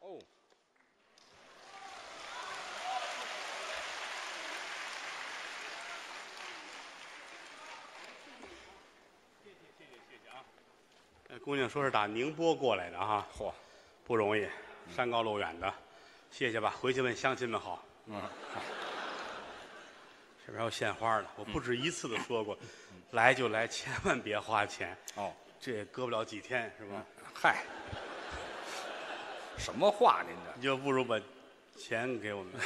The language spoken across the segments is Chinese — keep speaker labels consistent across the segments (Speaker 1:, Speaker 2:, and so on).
Speaker 1: Oh.
Speaker 2: “呃姑娘说是打宁波过来的哈，
Speaker 1: 嚯，
Speaker 2: 不容易，山高路远的，谢谢吧，回去问乡亲们好。
Speaker 1: 嗯，
Speaker 2: 这边还有献花的，
Speaker 1: 嗯
Speaker 2: 我不止一次的说过，来就来，千万别花钱，
Speaker 1: 哦，嗯
Speaker 2: 这也搁不了几天，是吧？
Speaker 1: 嗨，什么话您
Speaker 2: 你就不如把钱给我们。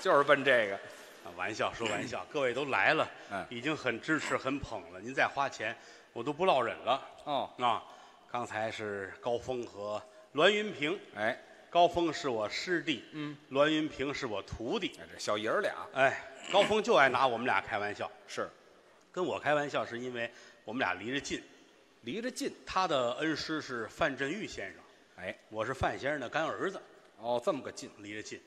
Speaker 1: 这就是奔这个，
Speaker 2: 啊玩笑说玩笑，各位都来了，
Speaker 1: 嗯
Speaker 2: 已经很支持、很捧了，您再花钱，我都不落忍了。
Speaker 1: 哦，
Speaker 2: 啊，刚才是高峰和栾云平，
Speaker 1: 哎，
Speaker 2: 高峰是我师弟，嗯，栾云平是我徒弟。
Speaker 1: 哎这小爷儿俩
Speaker 2: 哎，高峰就爱拿我们俩开玩笑，
Speaker 1: 是
Speaker 2: 跟我开玩笑是因为我们俩离着近。
Speaker 1: 离着近，
Speaker 2: 他的恩师是范振钰先生，
Speaker 1: 哎，
Speaker 2: 我是范先生的干儿子，
Speaker 1: 哦，这么个近，
Speaker 2: 离着近。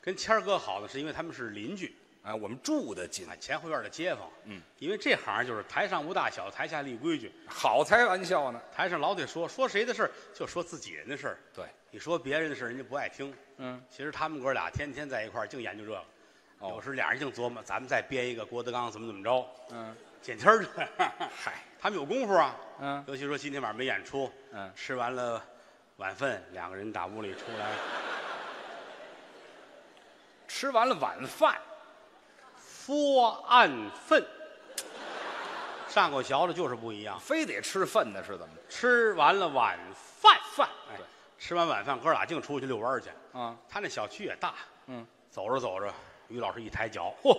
Speaker 2: 跟谦儿哥好呢，是因为他们是邻居，
Speaker 1: 哎，我们住的近
Speaker 2: 啊，，前后院的街坊。嗯，因为这行就是台上无大小，台下立规矩。
Speaker 1: 好才玩笑呢，
Speaker 2: 台上老得说说谁的事儿，就说自己人的事儿。
Speaker 1: 对，
Speaker 2: 你说别人的事儿，人家不爱听。
Speaker 1: 嗯，
Speaker 2: 其实他们哥俩天天在一块儿，净研究这个。
Speaker 1: 哦
Speaker 2: 有时俩人净琢磨，咱们再编一个郭德纲怎么怎么着，
Speaker 1: 嗯，
Speaker 2: 见天儿这样。
Speaker 1: 嗨，
Speaker 2: 他们有功夫啊。
Speaker 1: 嗯
Speaker 2: 尤其说今天晚上没演出，
Speaker 1: 嗯
Speaker 2: 吃完了晚饭，两个人打屋里出 来，
Speaker 1: 吃完了晚饭，
Speaker 2: 说案粪。上过学的就是不一样，
Speaker 1: 非得吃粪呢，是怎么着？
Speaker 2: 吃完了晚饭，
Speaker 1: 饭，
Speaker 2: 哎
Speaker 1: 对，，
Speaker 2: 吃完晚饭，哥俩净出去遛弯儿去。
Speaker 1: 啊，
Speaker 2: 他那小区也大，
Speaker 1: 嗯，
Speaker 2: 走着走着，于老师一抬脚，嚯，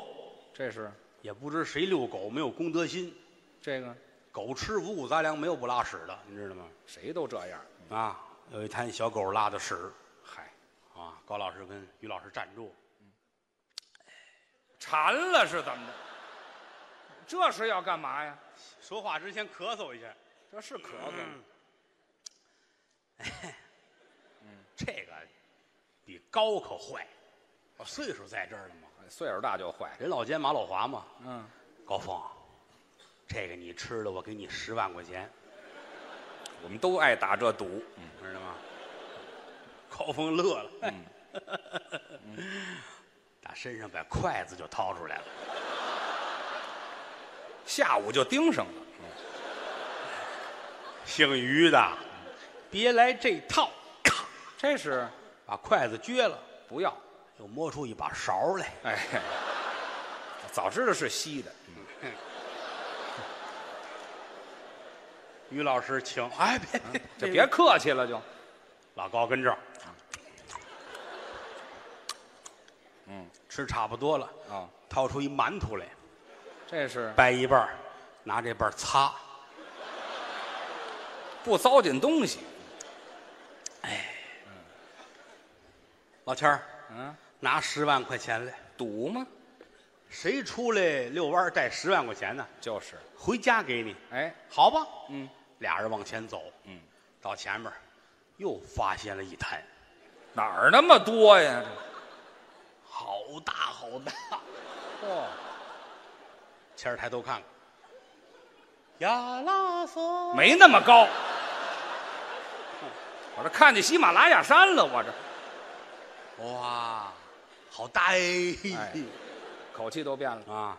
Speaker 1: 这是
Speaker 2: 也不知谁遛狗没有公德心，
Speaker 1: 这个，
Speaker 2: 狗吃五谷杂粮没有不拉屎的，你知道吗？
Speaker 1: 谁都这样，
Speaker 2: 啊，有一滩小狗拉的屎，
Speaker 1: 嗨，
Speaker 2: 啊，高老师跟于老师站住，
Speaker 1: 馋了是怎么着？这是要干嘛呀？
Speaker 2: 说话之前咳嗽一下，
Speaker 1: 这是咳嗽吗，
Speaker 2: 这个比高可坏，我岁数在这儿了嘛，
Speaker 1: 哎岁数大就坏，
Speaker 2: 人老奸马老滑嘛，
Speaker 1: 嗯，
Speaker 2: 高峰，这个你吃了，我给你十万块钱，
Speaker 1: 我们都爱打这赌，
Speaker 2: 知道吗？高峰乐了， 打身上把筷子就掏出来了。
Speaker 1: 下午就盯上了，
Speaker 2: 姓于的，别来这套，咔，
Speaker 1: 这是
Speaker 2: 把筷子撅了，
Speaker 1: 不要，
Speaker 2: 又摸出一把勺来。
Speaker 1: 哎，早知道是稀的，
Speaker 2: 于老师，请，哎，别别
Speaker 1: 就别客气了，就
Speaker 2: 老高跟这儿，嗯，吃差不多了，
Speaker 1: 啊，
Speaker 2: 掏出一馒头来，
Speaker 1: 这是
Speaker 2: 掰一半儿，拿这半儿擦，
Speaker 1: 不糟践东西，
Speaker 2: 老千儿
Speaker 1: 嗯，
Speaker 2: 拿十万块钱来。
Speaker 1: 赌吗？
Speaker 2: 谁出来遛弯儿带十万块钱呢？
Speaker 1: 就是，
Speaker 2: 回家给你，
Speaker 1: 哎，
Speaker 2: 好吧？
Speaker 1: 嗯，
Speaker 2: 俩人往前走，嗯，到前面儿又发现了一滩，
Speaker 1: 哪儿那么多呀？
Speaker 2: 好大好大。
Speaker 1: 这，哦，
Speaker 2: 谦儿抬头看看，呀啦嗦，
Speaker 1: 没那么高，我这看见喜马拉雅山了，我这
Speaker 2: 哇，好大哎！
Speaker 1: 哎口气都变了，
Speaker 2: 啊，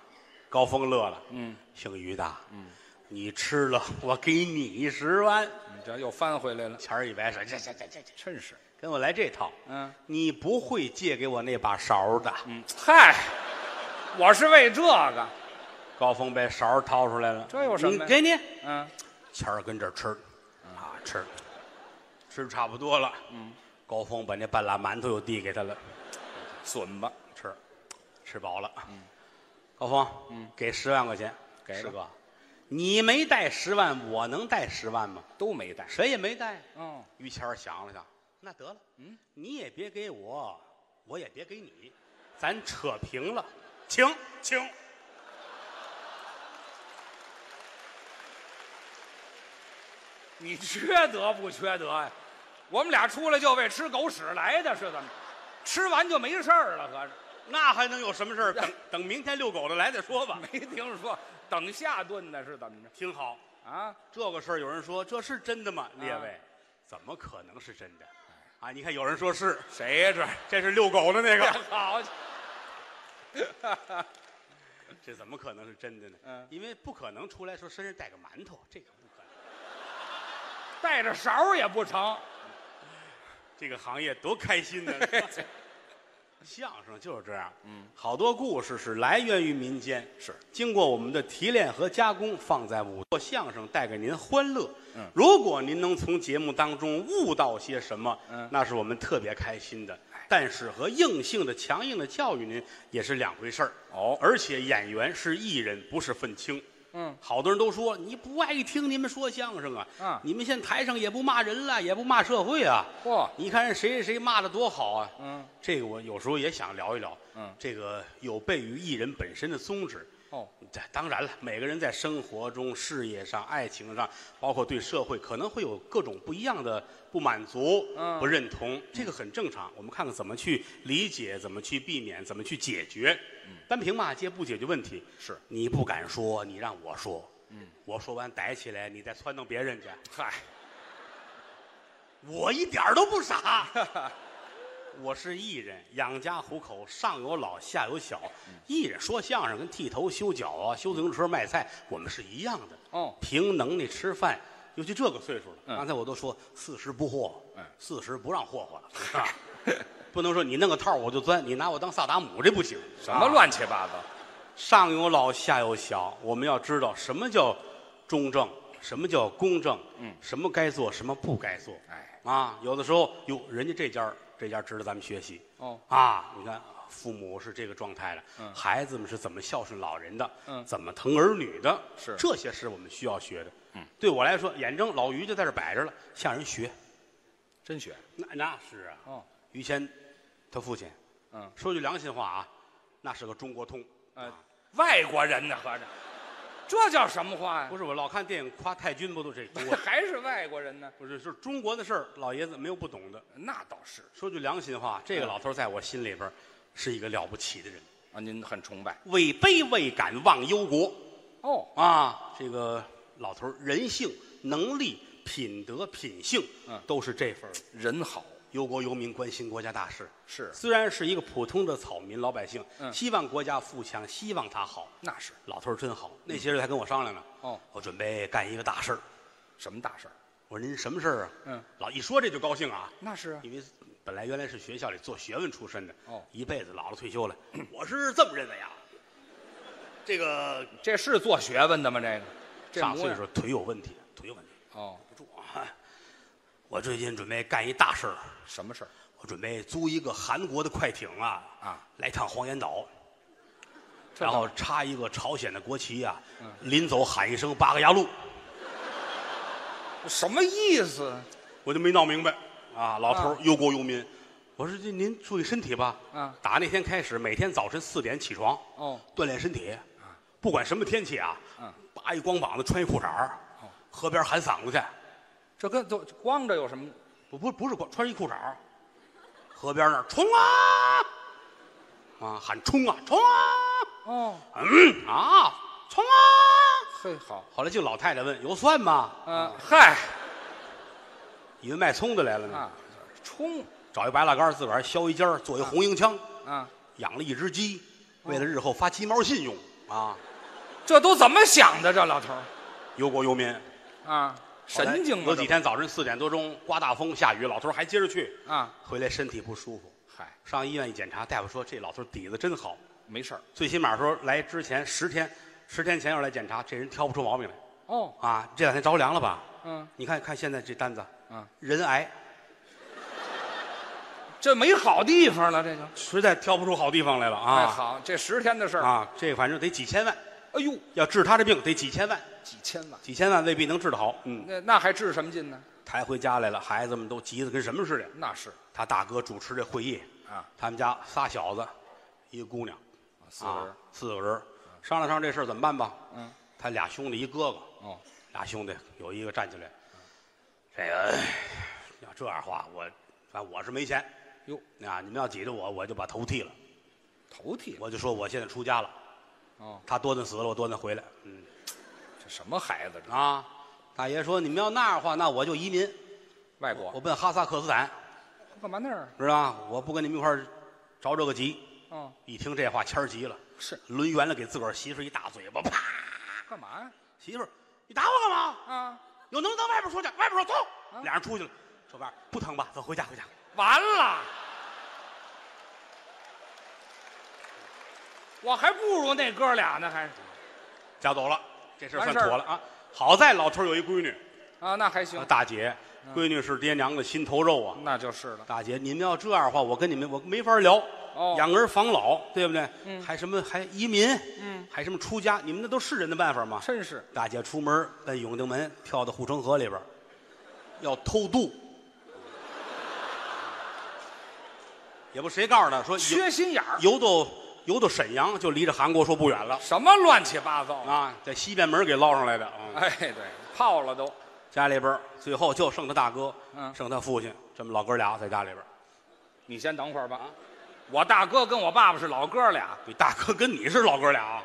Speaker 2: 高峰乐了，
Speaker 1: 嗯，
Speaker 2: 姓于的，嗯，你吃了，我给你十万。
Speaker 1: 你嗯这又翻回来了，
Speaker 2: 谦儿一摆手，这这这这这，
Speaker 1: 真是，
Speaker 2: 跟我来这套。
Speaker 1: 嗯
Speaker 2: 你不会借给我那把勺的。
Speaker 1: 嗯，嗨，我是为这个，
Speaker 2: 高峰把勺掏出来了，
Speaker 1: 这有什么呀
Speaker 2: 你给你，
Speaker 1: 嗯，
Speaker 2: 谦儿跟这儿吃，啊吃，吃差不多了。嗯，高峰把那半拉馒头又递给他了，
Speaker 1: 损吧，
Speaker 2: 吃，吃饱了。嗯，高峰，嗯，给十万块钱，
Speaker 1: 给吧
Speaker 2: 师哥，你没带十万，我能带十万吗？
Speaker 1: 都没带，
Speaker 2: 谁也没带。
Speaker 1: 哦，
Speaker 2: 于谦儿想了想，那得了，嗯，你也别给我，我也别给你，咱扯平了，请请。
Speaker 1: 你缺德不缺德呀？我们俩出来就为吃狗屎来的，是怎么？吃完就没事儿了，合着
Speaker 2: 那还能有什么事儿？ 等等，明天遛狗的来再说吧。
Speaker 1: 没听说等下顿的是怎么着
Speaker 2: 挺好，
Speaker 1: 啊？嗯
Speaker 2: 这个事儿有人说这是真的吗？列位，怎么可能是真的？啊，你看有人说是，
Speaker 1: 哎谁呀、这
Speaker 2: 这是遛狗的那
Speaker 1: 这？
Speaker 2: 个，
Speaker 1: 好家
Speaker 2: 这怎么可能是真的呢？
Speaker 1: 嗯
Speaker 2: 因为不可能出来说身上带个馒头，这个不可能。
Speaker 1: 伙，带着勺儿也不成。
Speaker 2: 这个行业多开心 呢！相声就是这样，嗯，好多故事是来源于民间，
Speaker 1: 是
Speaker 2: 经过我们的提炼和加工，放在五座相声，带给您欢乐。嗯，如果您能从节目当中悟到些什么，
Speaker 1: 嗯哎
Speaker 2: 那是我们特别开心的。但是和硬性的、强硬的教育您也是两回事儿。
Speaker 1: 哦
Speaker 2: 而且演员是艺人，不是愤青。
Speaker 1: 嗯，
Speaker 2: 好多人都说你不爱听你们说相声啊，
Speaker 1: 啊
Speaker 2: 你们现在台上也不骂人了，也不骂社会啊，
Speaker 1: 嚯
Speaker 2: 你看人谁谁谁骂的多好啊！
Speaker 1: 嗯，
Speaker 2: 这个我有时候也想聊一聊。
Speaker 1: 嗯
Speaker 2: 这个有悖于艺人本身的宗旨。
Speaker 1: 哦，
Speaker 2: 这当然了，每个人在生活中、事业上、爱情上，包括对社会，可能会有各种不一样的不满足、
Speaker 1: 嗯
Speaker 2: 不认同，这个很正常。我们看看怎么去理解，怎么去避免，怎么去解决。单凭骂街不解决问题。
Speaker 1: 是
Speaker 2: 你不敢说，你让我说。嗯，我说完逮起来，你再撺掇别人去。
Speaker 1: 嗨，
Speaker 2: 我一点儿都不 傻，我是艺人，养家糊口，上有老下有小。
Speaker 1: 嗯
Speaker 2: 艺人说相声跟剃头、修脚啊、修自行车、卖菜，我们是一样的。
Speaker 1: 哦
Speaker 2: 凭能力吃饭，尤其这个岁数了。
Speaker 1: 嗯
Speaker 2: 刚才我都说四十不惑，
Speaker 1: 嗯
Speaker 2: 四十不让霍霍了， 是吧 不能说你弄个套儿我就钻，你拿我当萨达姆这不行。
Speaker 1: 什么
Speaker 2: 啊
Speaker 1: 乱七八糟？
Speaker 2: 上有老下有小，我们要知道什么叫中正，什么叫公正，嗯，什么该做，什么不该做。
Speaker 1: 哎，
Speaker 2: 啊，有的时候哟，人家这家儿这家儿值得咱们学习。
Speaker 1: 哦
Speaker 2: 啊，你看父母是这个状态了，孩子们是怎么孝顺老人的，
Speaker 1: 嗯
Speaker 2: 怎么疼儿女的，
Speaker 1: 是
Speaker 2: 这些是我们需要学的。嗯，对我来说，眼睁老于就在这儿摆着了，向人学。
Speaker 1: 真学
Speaker 2: 那那是啊，
Speaker 1: 哦，
Speaker 2: 于谦他父亲，
Speaker 1: 嗯，
Speaker 2: 说句良心话啊，那是个中国通。
Speaker 1: 呃
Speaker 2: 啊，
Speaker 1: 外国人呢，合着，这叫什么话呀
Speaker 2: 不、是我老看电影夸太君，不都这多？
Speaker 1: 还是外国人呢？
Speaker 2: 不是，就是中国的事儿，老爷子没有不懂的。
Speaker 1: 那倒是
Speaker 2: 说句良心话，这个
Speaker 1: 嗯
Speaker 2: 老头儿在我心里边儿是一个了不起的人，
Speaker 1: 啊，您很崇拜
Speaker 2: 位卑未敢忘忧国
Speaker 1: 哦，
Speaker 2: 啊！这个老头儿人性、能力、品德、品性，
Speaker 1: 嗯
Speaker 2: 都是这份儿
Speaker 1: 人好
Speaker 2: 忧国忧民、关心国家大事。
Speaker 1: 是
Speaker 2: 虽然是一个普通的草民老百姓，
Speaker 1: 嗯
Speaker 2: 希望国家富强，希望他好。
Speaker 1: 那是
Speaker 2: 老头儿真好，那些人还跟我商量呢。
Speaker 1: 嗯哦
Speaker 2: 我准备干一个大事儿。
Speaker 1: 什么大事儿？
Speaker 2: 我说您什么事儿啊？
Speaker 1: 嗯，
Speaker 2: 老一说这就高兴啊。
Speaker 1: 那是啊
Speaker 2: 因为本来原来是学校里做学问出身的，
Speaker 1: 哦
Speaker 2: 一辈子老了退休了，我是这么认为啊。这个
Speaker 1: 这是做学问的吗？这个这
Speaker 2: 上
Speaker 1: 模
Speaker 2: 岁
Speaker 1: 样
Speaker 2: 数腿有问题，腿有问题，
Speaker 1: 哦，
Speaker 2: 不住啊。我最近准备干一大事儿，
Speaker 1: 什么事儿？
Speaker 2: 我准备租一个韩国的快艇啊
Speaker 1: 啊，
Speaker 2: 来趟黄岩岛，
Speaker 1: 这
Speaker 2: 然后
Speaker 1: 倒嗯
Speaker 2: 插一个朝鲜的国旗啊，临走喊一声八个牙路，
Speaker 1: 什么意思？啊
Speaker 2: 我就没闹明白啊。老头儿忧国忧民，我说这您注意身体吧。
Speaker 1: 啊
Speaker 2: 打那天开始，每天早晨四点起床，
Speaker 1: 哦，
Speaker 2: 锻炼身体，不管什么天气啊，
Speaker 1: 嗯哦
Speaker 2: 扒一光膀子，穿一裤衩儿，河边喊嗓子去。
Speaker 1: 这跟就光着有什么？
Speaker 2: 不不不是光穿一裤衩儿，河边那儿冲啊啊喊冲啊冲啊
Speaker 1: 哦，
Speaker 2: 嗯啊冲啊！
Speaker 1: 嘿，好，
Speaker 2: 后来就老太太问有蒜吗？
Speaker 1: 嗯，嗨
Speaker 2: 以为卖葱的来了呢，
Speaker 1: 啊，冲
Speaker 2: 找一白蜡杆儿自个儿削一尖儿，做一红缨枪，
Speaker 1: 啊，
Speaker 2: 养了一只鸡，
Speaker 1: 哦
Speaker 2: 为了日后发鸡毛信用啊，
Speaker 1: 这都怎么想的？这老头儿
Speaker 2: 忧国忧民。
Speaker 1: 啊，神经啊
Speaker 2: 有几天早晨四点多钟，刮大风下雨，老头儿还接着去
Speaker 1: 这，啊？
Speaker 2: 回来身体不舒服，
Speaker 1: 嗨，
Speaker 2: 上医院一检查，大夫说这老头儿底子真好，
Speaker 1: 没事儿
Speaker 2: 最起码说来之前十天，十天前要来检查，这人挑不出毛病来
Speaker 1: 哦，
Speaker 2: 啊。这两天着凉了吧？
Speaker 1: 嗯
Speaker 2: 你看看现在这单子，
Speaker 1: 嗯，
Speaker 2: 人癌
Speaker 1: 这没好地方了，这就
Speaker 2: 实在挑不出好地方来了
Speaker 1: 哎
Speaker 2: 啊
Speaker 1: 好，这十天的事儿，
Speaker 2: 啊！这反正得几千万，
Speaker 1: 哎呦，
Speaker 2: 要治他这病得几千万，
Speaker 1: 几千万，
Speaker 2: 几千万未必能治得好。嗯，
Speaker 1: 那那还治什么劲呢？
Speaker 2: 抬回家来了，孩子们都急得跟什么似的。
Speaker 1: 那是
Speaker 2: 他大哥主持这会议，
Speaker 1: 啊，
Speaker 2: 他们家仨小子，一个姑娘，
Speaker 1: 四个人
Speaker 2: 啊，四个人商量商量这事儿怎么办吧。
Speaker 1: 嗯，
Speaker 2: 他俩兄弟一哥哥，
Speaker 1: 哦，
Speaker 2: 俩兄弟有一个站起来，这个要这样的话，我反正我是没钱
Speaker 1: 哟，
Speaker 2: 啊，你们要挤着我，我就把头剃了，
Speaker 1: 头剃
Speaker 2: 我就说我现在出家了。
Speaker 1: 哦，
Speaker 2: 他多顿死了，我多顿回来，嗯
Speaker 1: 这什么孩子这？
Speaker 2: 啊，大爷说你们要那样的话，那我就移民，
Speaker 1: 外国
Speaker 2: 我奔哈萨克斯坦，
Speaker 1: 干嘛那儿？啊
Speaker 2: 知道吗？我不跟你们一块儿着这个急。
Speaker 1: 嗯，
Speaker 2: 一听这话，谦儿急了，
Speaker 1: 是
Speaker 2: 抡圆了给自个儿媳妇儿一大嘴巴，啪！
Speaker 1: 干嘛呀？
Speaker 2: 媳妇儿，你打我干嘛？
Speaker 1: 啊，
Speaker 2: 有能耐到外边说去，外边说走。俩人出去了，说爸不疼吧？走，回家回家。
Speaker 1: 完了，我还不如那哥俩呢，还是
Speaker 2: 家走了，这事儿算
Speaker 1: 完事儿
Speaker 2: 妥了啊。好在老头儿有一闺女，
Speaker 1: 啊，那还行
Speaker 2: 啊，大姐，
Speaker 1: 嗯
Speaker 2: 闺女是爹娘的心头肉啊。
Speaker 1: 那就是了。
Speaker 2: 大姐，你们要这样的话，我跟你们我没法聊。
Speaker 1: 哦嗯
Speaker 2: 养儿防老，对不对？还什么还移民？嗯，还什么出家？你们那都是人的办法吗？
Speaker 1: 真是
Speaker 2: 大姐出门奔永定门，跳到护城河里边儿，要偷渡。也不谁告诉他说游
Speaker 1: 缺心眼儿，
Speaker 2: 游到游到沈阳就离着韩国说不远了
Speaker 1: 什么乱七八糟？
Speaker 2: 啊，在西边门给捞上来的啊。
Speaker 1: 哎，对，泡了都。
Speaker 2: 家里边儿最后就剩他大哥，
Speaker 1: 嗯
Speaker 2: 剩他父亲，这么老哥俩在家里边儿。
Speaker 1: 你先等会儿吧啊，我大哥跟我爸爸是老哥俩
Speaker 2: 你大哥跟你是老哥俩啊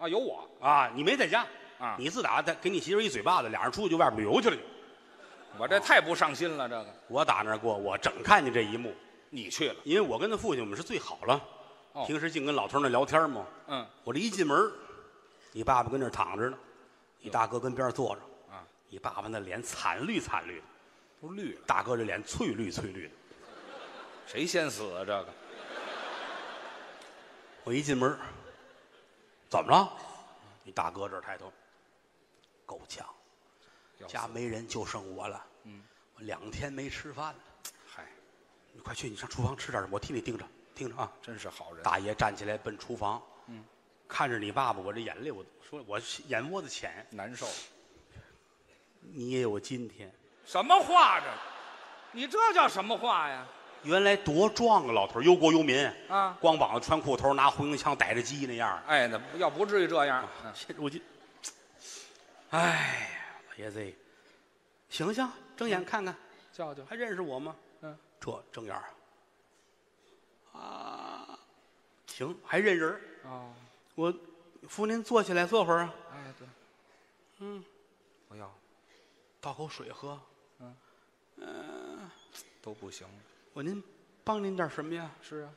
Speaker 1: 啊，有我
Speaker 2: 啊，你没在家
Speaker 1: 啊
Speaker 2: 你自打他给你媳妇一嘴巴子，俩人出去就外边旅游去了就。
Speaker 1: 我这太不上心了，这个
Speaker 2: 我打那儿过，我整看见这一幕，
Speaker 1: 你去了，
Speaker 2: 因为我跟他父亲我们是最好了，
Speaker 1: 哦
Speaker 2: 平时净跟老头儿那聊天嘛。
Speaker 1: 嗯，
Speaker 2: 我这一进门儿，你爸爸跟那儿躺着呢，你大哥跟边儿坐着，
Speaker 1: 啊，
Speaker 2: 你爸爸那脸惨绿惨绿的，
Speaker 1: 都绿了，
Speaker 2: 大哥这脸翠绿翠绿的。
Speaker 1: 谁先死啊？这个
Speaker 2: 我一进门儿，怎么了？你大哥这儿抬头，够呛，
Speaker 1: 要死
Speaker 2: 家没人就剩我了。嗯，我两天没吃饭了。
Speaker 1: 嗨，
Speaker 2: 你快去，你上厨房吃点儿，我替你盯着盯着啊。
Speaker 1: 真是好人。
Speaker 2: 大爷站起来奔厨房，嗯，看着你爸爸，我这眼泪，我说我眼窝子浅，
Speaker 1: 难受。
Speaker 2: 你也有今天。
Speaker 1: 什么话这？你这叫什么话呀？
Speaker 2: 原来多壮啊，老头儿忧国忧民
Speaker 1: 啊
Speaker 2: 光膀子穿裤头，拿红缨枪逮着鸡那样儿。
Speaker 1: 哎，那要不至于这样。嗯
Speaker 2: 现如今，哎呀，老爷子，醒醒，睁眼看看，
Speaker 1: 叫叫，
Speaker 2: 还认识我吗？
Speaker 1: 嗯，
Speaker 2: 这睁眼儿啊，行，还认人儿。
Speaker 1: 哦，
Speaker 2: 我扶您坐起来坐会儿啊，
Speaker 1: 哎，对，嗯，不要，
Speaker 2: 倒口水喝。
Speaker 1: 都不行。
Speaker 2: 我您帮您点什么呀？
Speaker 1: 是啊，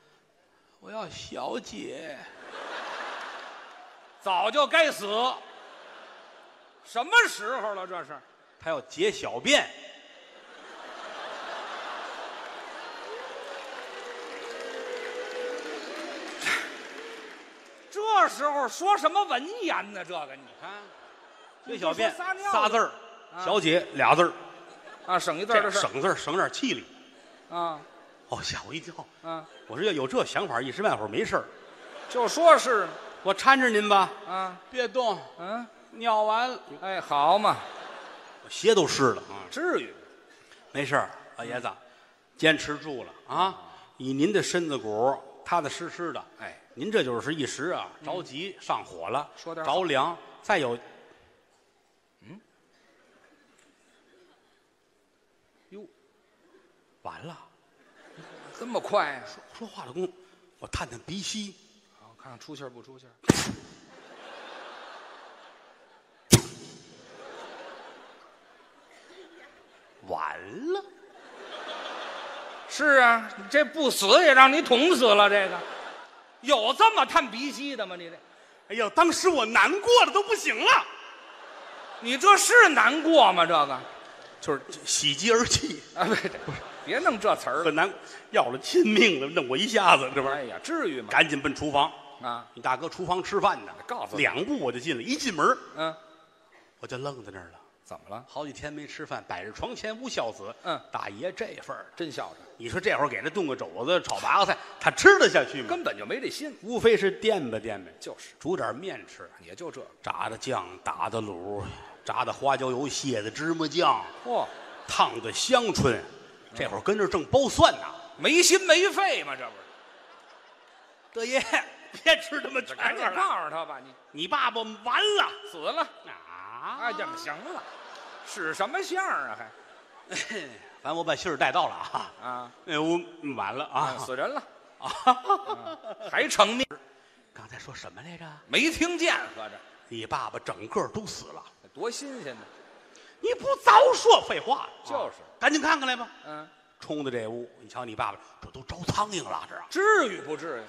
Speaker 2: 我要小姐。
Speaker 1: 早就该死。什么时候了？这是
Speaker 2: 他要解小便。
Speaker 1: 这时候说什么文言呢？这个你啊
Speaker 2: 看，解小
Speaker 1: 你就
Speaker 2: 便
Speaker 1: 说撒尿
Speaker 2: 仨字儿，小姐俩字儿，
Speaker 1: 啊，省一字
Speaker 2: 这
Speaker 1: 儿
Speaker 2: 样
Speaker 1: 的事儿
Speaker 2: 省字儿省点气力。
Speaker 1: 啊
Speaker 2: 哦，吓我一跳！
Speaker 1: 啊，
Speaker 2: 我说要有这想法，一时半会儿没事儿。
Speaker 1: 就说是
Speaker 2: 我搀着您吧，
Speaker 1: 啊，
Speaker 2: 别动，
Speaker 1: 嗯，
Speaker 2: 尿完了，
Speaker 1: 哎，好嘛，
Speaker 2: 我鞋都湿了啊。
Speaker 1: 至于
Speaker 2: 没事儿，老爷子，坚持住了啊！以您的身子骨踏踏实实的，
Speaker 1: 哎，
Speaker 2: 您这就是一时啊着急上火了，
Speaker 1: 嗯说点好
Speaker 2: 着凉，再有
Speaker 1: 哟，
Speaker 2: 完了。
Speaker 1: 这么快啊呀、
Speaker 2: 说说话的功夫，我探探鼻息，
Speaker 1: 啊？看看出气儿不出气儿。
Speaker 2: 完了。
Speaker 1: 是啊，你这不死也让你捅死了。这个有这么探鼻息的吗？你这
Speaker 2: 哎呀，当时我难过的都不行了，
Speaker 1: 你这是难过吗？这个
Speaker 2: 就是喜极而泣，
Speaker 1: 啊，不是不是，别弄这词儿了。
Speaker 2: 很难，要了亲命了，弄我一下子，这玩意
Speaker 1: 哎
Speaker 2: 儿，
Speaker 1: 呀，至于吗？
Speaker 2: 赶紧奔厨房。
Speaker 1: 啊，
Speaker 2: 你大哥厨房吃饭呢，
Speaker 1: 告诉你
Speaker 2: 两步我就进了，一进门
Speaker 1: 嗯，
Speaker 2: 我就愣在那儿了，
Speaker 1: 怎么了？
Speaker 2: 好几天没吃饭，摆着床前无孝子。
Speaker 1: 嗯，
Speaker 2: 大爷这份儿的，
Speaker 1: 真孝顺，
Speaker 2: 你说这会儿给他炖个肘子、炒八个菜，他吃得下去吗？
Speaker 1: 根本就没这心。
Speaker 2: 无非是垫吧垫吧，
Speaker 1: 就是，
Speaker 2: 煮点面吃，
Speaker 1: 也就这个。
Speaker 2: 炸的酱，打的卤，炸的花椒油，蟹的芝麻酱，
Speaker 1: 嚯、
Speaker 2: 烫的香椿。这会儿跟这儿正剥蒜呢，
Speaker 1: 没心没肺嘛，这不是？
Speaker 2: 德爷， 别吃他妈全
Speaker 1: 赶紧
Speaker 2: 了，
Speaker 1: 告诉他吧，你
Speaker 2: 你爸爸完了
Speaker 1: 死了。
Speaker 2: 啊！
Speaker 1: 哎呀，行了，使什么相啊？还
Speaker 2: 反正我把信儿带到了啊，
Speaker 1: 啊，
Speaker 2: 那屋完了啊
Speaker 1: 死人了，
Speaker 2: 啊！
Speaker 1: 还成命？
Speaker 2: 刚才说什么来着？
Speaker 1: 没听见，合着
Speaker 2: 你爸爸整个都死了，
Speaker 1: 多新鲜呢！
Speaker 2: 你不早说废话？
Speaker 1: 就是，
Speaker 2: 赶紧看看来吧。
Speaker 1: 嗯，
Speaker 2: 冲到这屋，你瞧你爸爸，这都招苍蝇了，这啊
Speaker 1: 至于不至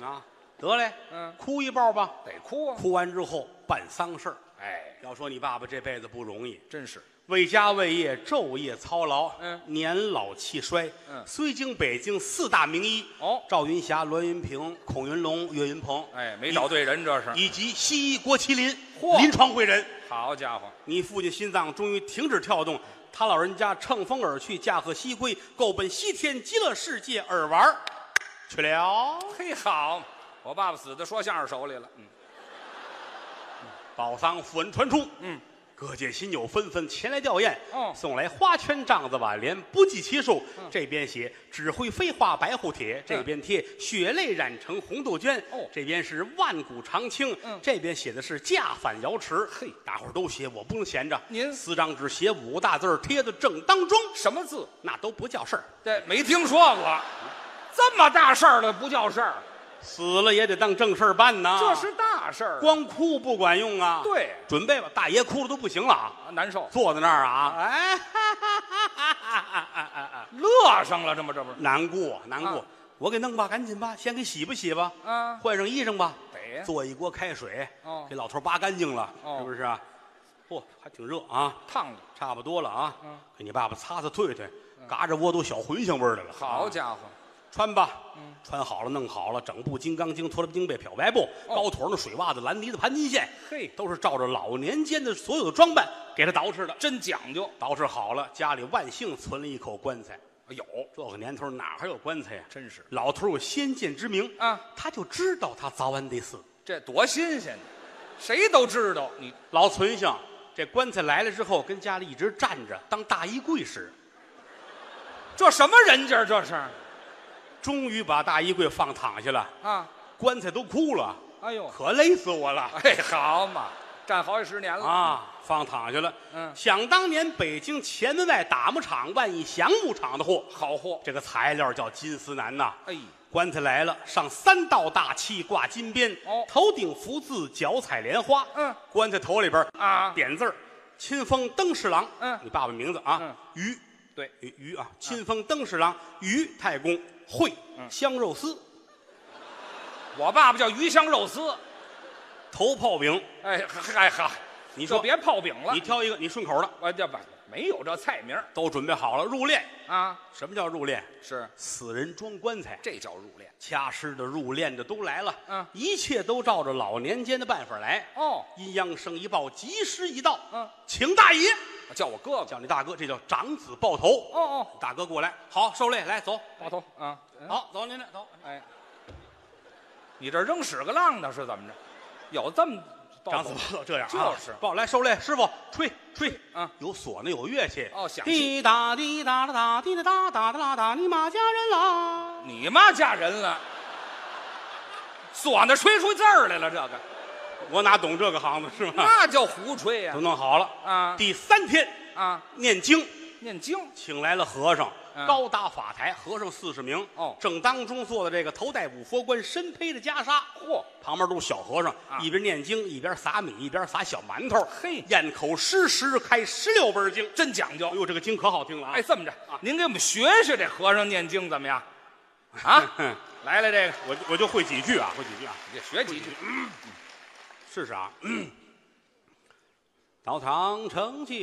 Speaker 1: 于？
Speaker 2: 啊，得嘞，
Speaker 1: 嗯
Speaker 2: 哭一抱吧。
Speaker 1: 得哭啊！
Speaker 2: 哭完之后办丧事儿，
Speaker 1: 哎，
Speaker 2: 要说你爸爸这辈子不容易，
Speaker 1: 真是
Speaker 2: 为家为业昼夜操劳，
Speaker 1: 嗯
Speaker 2: 年老气衰，
Speaker 1: 嗯
Speaker 2: 虽经北京四大名医
Speaker 1: 哦
Speaker 2: 赵云霞、栾云平、孔云龙、岳云鹏，
Speaker 1: 哎，没找对人，这是。
Speaker 2: 以及西医郭麒麟，
Speaker 1: 嚯
Speaker 2: 临床会诊。
Speaker 1: 好家伙，
Speaker 2: 你父亲心脏终于停止跳动，他老人家乘风而去，驾鹤西归，够奔西天极乐世界而玩儿去了。
Speaker 1: 嘿好，我爸爸死在说相声手里了。嗯，
Speaker 2: 宝藏符文传出，
Speaker 1: 嗯，
Speaker 2: 各界新友纷纷前来吊唁，
Speaker 1: 哦嗯
Speaker 2: 送来花圈、帐子、挽联，不计其数。这边写“只会飞花白虎帖”，这边贴“血泪染成红杜鹃”，
Speaker 1: 哦
Speaker 2: 这边是“万古长青”，
Speaker 1: 嗯
Speaker 2: 这边写的是“驾返瑶池”。
Speaker 1: 嘿，
Speaker 2: 大伙儿都写，我不能闲着。
Speaker 1: 您
Speaker 2: 四张纸写五个大字儿贴的正当中，
Speaker 1: 什么字？
Speaker 2: 那都不叫事儿，
Speaker 1: 这没听说过，这么大事儿了不叫事儿，
Speaker 2: 啊死了也得当正事儿办呐。
Speaker 1: 这是大事儿，
Speaker 2: 光哭不管用啊。
Speaker 1: 对
Speaker 2: 准备吧，大爷哭了都不行了啊。
Speaker 1: 啊难受，
Speaker 2: 坐在那儿啊，哎，哈哈哈哈哈哈哈
Speaker 1: 乐上了，这么这不是？
Speaker 2: 难过难过、
Speaker 1: 啊
Speaker 2: 我给弄吧，赶紧吧，先给洗吧洗吧，
Speaker 1: 啊
Speaker 2: 换上衣裳吧，
Speaker 1: 得呀
Speaker 2: 做一锅开水，
Speaker 1: 哦
Speaker 2: 给老头扒干净了，
Speaker 1: 哦
Speaker 2: 是不是啊？嚯、还挺热啊，
Speaker 1: 烫的，
Speaker 2: 差不多了啊，
Speaker 1: 嗯
Speaker 2: 给你爸爸擦擦退退，嘎着窝都小茴香味儿来了，
Speaker 1: 好
Speaker 2: 啊
Speaker 1: 家伙，
Speaker 2: 穿吧，
Speaker 1: 嗯
Speaker 2: 穿好了，弄好了，整部《金刚经》、脱了经被、漂白布、高腿儿的水袜子、蓝呢子、盘金线，
Speaker 1: 哦嘿
Speaker 2: 都是照着老年间的所有的装扮给他捯饬的。
Speaker 1: 真讲究，
Speaker 2: 捯饬好了，家里万幸存了一口棺材。
Speaker 1: 有，
Speaker 2: 这个年头哪还有棺材呀、
Speaker 1: 哎真是
Speaker 2: 老头儿有先见之明
Speaker 1: 啊，
Speaker 2: 他就知道他早晚得死。
Speaker 1: 这多新鲜呢，谁都知道你
Speaker 2: 老存性，这棺材来了之后，跟家里一直站着当大衣柜使，
Speaker 1: 这什么人家儿这是
Speaker 2: 终于把大衣柜放躺下了，
Speaker 1: 啊？
Speaker 2: 棺材都哭了，
Speaker 1: 哎呦，
Speaker 2: 可累死我了。
Speaker 1: 哎，好嘛，站好几十年了，
Speaker 2: 啊，放躺下了。
Speaker 1: 嗯
Speaker 2: 想当年北京前门外打木厂万义祥木厂的货，
Speaker 1: 好货，
Speaker 2: 这个材料叫金丝楠呐。
Speaker 1: 哎，
Speaker 2: 棺材来了，上三道大漆，挂金边，
Speaker 1: 哦
Speaker 2: 头顶福字，脚踩莲花。
Speaker 1: 嗯，
Speaker 2: 棺材头里边
Speaker 1: 啊
Speaker 2: 点字儿，亲封登侍郎。
Speaker 1: 嗯
Speaker 2: 你爸爸名字啊，
Speaker 1: 嗯
Speaker 2: 于
Speaker 1: 对，
Speaker 2: 于于啊，亲封登侍郎于太公会
Speaker 1: 嗯
Speaker 2: 香肉丝
Speaker 1: 我爸爸叫鱼香肉丝，
Speaker 2: 头泡饼，
Speaker 1: 哎嗨嗨，
Speaker 2: 你
Speaker 1: 你
Speaker 2: 说
Speaker 1: 别泡饼了，
Speaker 2: 你挑一个你顺口的，
Speaker 1: 我这不没有这菜名儿
Speaker 2: 都准备好了入殓。
Speaker 1: 啊，
Speaker 2: 什么叫入殓？
Speaker 1: 是
Speaker 2: 死人装棺材，
Speaker 1: 这叫入殓
Speaker 2: 掐尸的、入殓的都来了，
Speaker 1: 嗯
Speaker 2: 一切都照着老年间的办法来。
Speaker 1: 哦，
Speaker 2: 阴阳生一报，吉时一到，
Speaker 1: 嗯，
Speaker 2: 请大爷，
Speaker 1: 叫我哥哥，
Speaker 2: 叫你大哥，这叫长子抱头。
Speaker 1: 哦哦，
Speaker 2: 大哥过来，好，受累，来走，
Speaker 1: 老头啊，嗯
Speaker 2: 好，走您这走。
Speaker 1: 哎，你这扔屎个浪呢是怎么着？有这么
Speaker 2: 长
Speaker 1: 报
Speaker 2: 子
Speaker 1: 复
Speaker 2: 抱头这样啊，
Speaker 1: 就是
Speaker 2: 抱来受累，师傅吹吹
Speaker 1: 啊，
Speaker 2: 有唢呐有乐器
Speaker 1: 哦响器
Speaker 2: 滴答滴答啦答滴答答答答啦答，你马家人啦。
Speaker 1: 你妈嫁人了， 唢呐吹出字儿来了，这个
Speaker 2: 我哪懂这个行子是吧？
Speaker 1: 那叫胡吹呀
Speaker 2: 都弄好了
Speaker 1: 啊
Speaker 2: 第三天
Speaker 1: 啊，
Speaker 2: 念经。
Speaker 1: 念经
Speaker 2: 请来了和尚，
Speaker 1: 嗯
Speaker 2: 高搭法台，和尚四十名。
Speaker 1: 哦
Speaker 2: 正当中坐的这个头戴五佛冠，身披着袈裟，
Speaker 1: 嚯，
Speaker 2: 旁边都是小和尚，
Speaker 1: 啊
Speaker 2: 一边念经一边撒米，一边撒小馒头。
Speaker 1: 嘿
Speaker 2: 咽口湿食开十六本经，
Speaker 1: 真讲
Speaker 2: 哎
Speaker 1: 究。
Speaker 2: 呦，这个经可好听了啊！
Speaker 1: 哎，这么着，您给我们学学这和尚念经怎 么样？啊，
Speaker 2: 哼，
Speaker 1: 来来这个，
Speaker 2: 我我就会几句啊，会几句啊，
Speaker 1: 你学几句。
Speaker 2: 试试啊。导堂成就，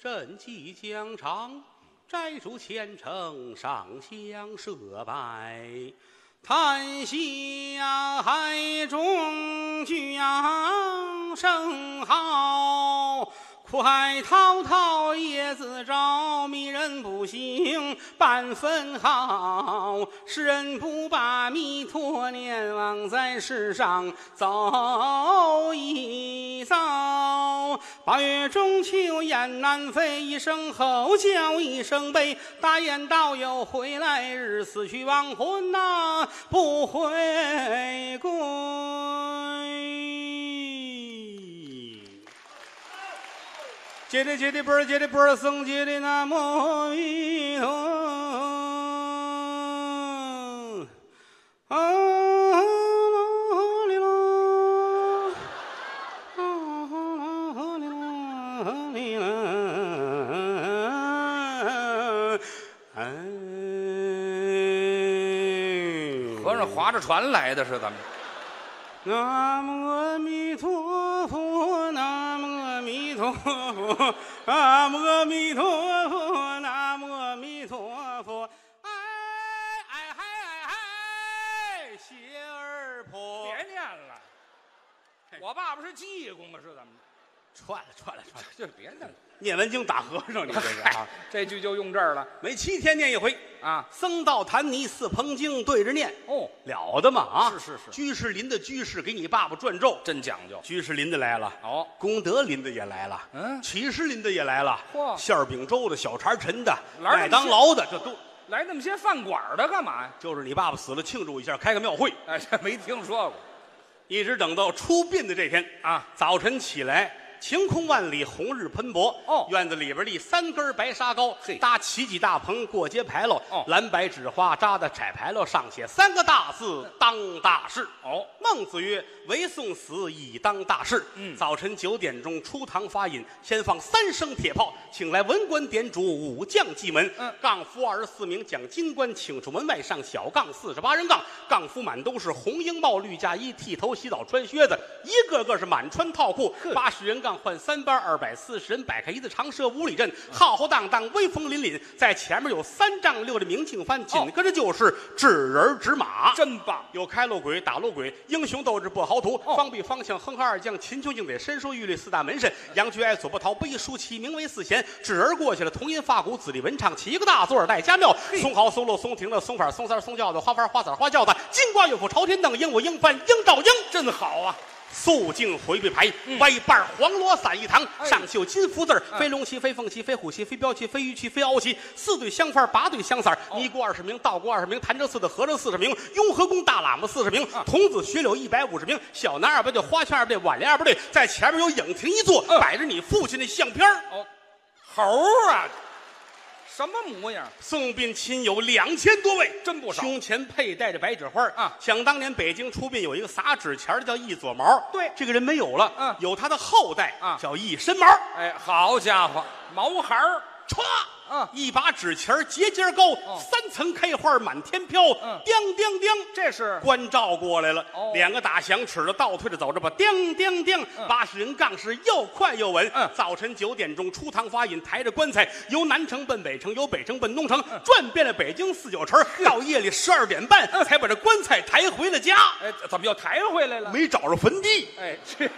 Speaker 2: 赈济疆场，摘除千乘，上香设拜，叹息呀，海中响声号。快滔滔叶子招，迷人不行半分好。世人不把弥陀念，枉在世上走一遭。八月中秋雁南飞，一声吼叫一声悲。大雁道友回来日，死去亡魂呐、不回归。接的接的波儿，接的波儿，僧接的南无阿弥陀。啊啦哩啦，啊啦哩啦，啊哩啦。哎，
Speaker 1: 和尚划着船来的是怎么？
Speaker 2: 南无阿弥陀佛，南无阿弥陀佛，南无阿弥陀佛，南无阿弥陀佛。哎哎嗨哎嗨，鞋哎儿破，
Speaker 1: 别念了，我爸爸是济公啊，是怎么？
Speaker 2: 串了串了串了。
Speaker 1: 就别 念了，
Speaker 2: 念完经打和尚，你这是 啊？
Speaker 1: 这句就用这儿了
Speaker 2: 每七天念一回。
Speaker 1: 啊。
Speaker 2: 僧道坛尼四棚经对着念，
Speaker 1: 哦，
Speaker 2: 了得嘛啊！
Speaker 1: 是是是
Speaker 2: 居士林的居士给你爸爸转咒，
Speaker 1: 真讲究。
Speaker 2: 居士林的来了。
Speaker 1: 哦，
Speaker 2: 功德林的也来了，
Speaker 1: 嗯
Speaker 2: 起士林的也来了，
Speaker 1: 嚯
Speaker 2: 馅儿饼粥的、小茶陈的、
Speaker 1: 哪儿那么
Speaker 2: 麦当劳的，这都
Speaker 1: 来那么些饭馆的干嘛呀？
Speaker 2: 就是你爸爸死了庆祝一下，开个庙会，
Speaker 1: 哎，这没听说过
Speaker 2: 一直等到出殡的这天
Speaker 1: 啊。
Speaker 2: 早晨起来，晴空万里，红日喷薄。
Speaker 1: 哦
Speaker 2: 院子里边立三根白沙糕
Speaker 1: 嘿，
Speaker 2: 搭起几大棚过街牌楼，
Speaker 1: 哦
Speaker 2: 蓝白纸花扎的彩牌楼上写三个大字：当大事。
Speaker 1: 哦，
Speaker 2: 孟子曰：“唯送死，以当大事。”
Speaker 1: 嗯
Speaker 2: 早晨九点钟出堂发引，先放三声铁炮，请来文官点主，武将祭门。
Speaker 1: 嗯
Speaker 2: 杠夫二十四名，将金官请出门外上小杠四十八人杠，杠夫满都是红缨帽、绿嫁衣，剃头、洗澡、穿靴子，一个个是满穿套裤。八十人杠换三班，二百四十人摆开一字长蛇五里
Speaker 1: 哦
Speaker 2: 阵，浩浩荡荡，威风凛凛。在前面有三丈六的明庆幡，
Speaker 1: 哦
Speaker 2: 紧跟着就是纸人纸马。
Speaker 1: 真棒！
Speaker 2: 有开路鬼、打路鬼，英雄斗志不豪图，
Speaker 1: 啊哦
Speaker 2: 方必方向，哼哈二将，秦琼敬得，身书玉律四大门神，杨居爱左不逃，不亦舒淇，名为四贤，指而过去了，铜音发鼓，子弟文唱，起一个大座儿带家庙，松毫松露松亭的松法松三松轿子，花幡花伞花轿子，金瓜乐府朝天凳，鹦鹉鹰翻鹰照鹰，
Speaker 1: 真好啊！嗯
Speaker 2: 肃静回避牌，歪瓣儿黄罗伞一堂，
Speaker 1: 哎
Speaker 2: 上绣金福字儿，飞龙旗、飞凤旗、飞虎旗、飞镖旗、飞鱼旗、飞鳌旗，四对香幡儿，八对香伞儿，
Speaker 1: 哦
Speaker 2: 尼姑二十名，道姑二十名，潭柘寺的和尚四十名，雍和宫大喇嘛四十名，
Speaker 1: 嗯
Speaker 2: 童子学柳一百五十名，小男二百对，花圈二百对，挽联二百对，在前面有影亭一座，摆着你父亲的相片儿
Speaker 1: 哦，嗯猴儿啊，什么模样？
Speaker 2: 送殡亲友两千多位，
Speaker 1: 真不少
Speaker 2: 胸前佩戴着白纸花儿
Speaker 1: 啊
Speaker 2: 想当年北京出殡有一个撒纸钱儿的叫一撮毛，
Speaker 1: 对
Speaker 2: 这个人没有了，
Speaker 1: 嗯
Speaker 2: 有他的后代
Speaker 1: 啊
Speaker 2: 叫一身毛，
Speaker 1: 哎，好家伙，毛孩儿，
Speaker 2: 歘，
Speaker 1: 嗯
Speaker 2: 一把纸钱儿节节高，三层开花满天飘，
Speaker 1: 嗯
Speaker 2: 叮叮叮。
Speaker 1: 这是
Speaker 2: 关照过来了，
Speaker 1: 哦
Speaker 2: 两个打响尺的倒退着走着吧，叮叮叮，八十人杠是又快又稳。
Speaker 1: 嗯
Speaker 2: 早晨九点钟出堂发引，抬着棺材由南城奔北城，由北城奔东城，
Speaker 1: 嗯
Speaker 2: 转遍了北京四九城，到夜里十二点半
Speaker 1: 嗯
Speaker 2: 才把这棺材抬回了家，
Speaker 1: 哎，怎么又抬回来了？
Speaker 2: 没找着坟地。
Speaker 1: 哎，这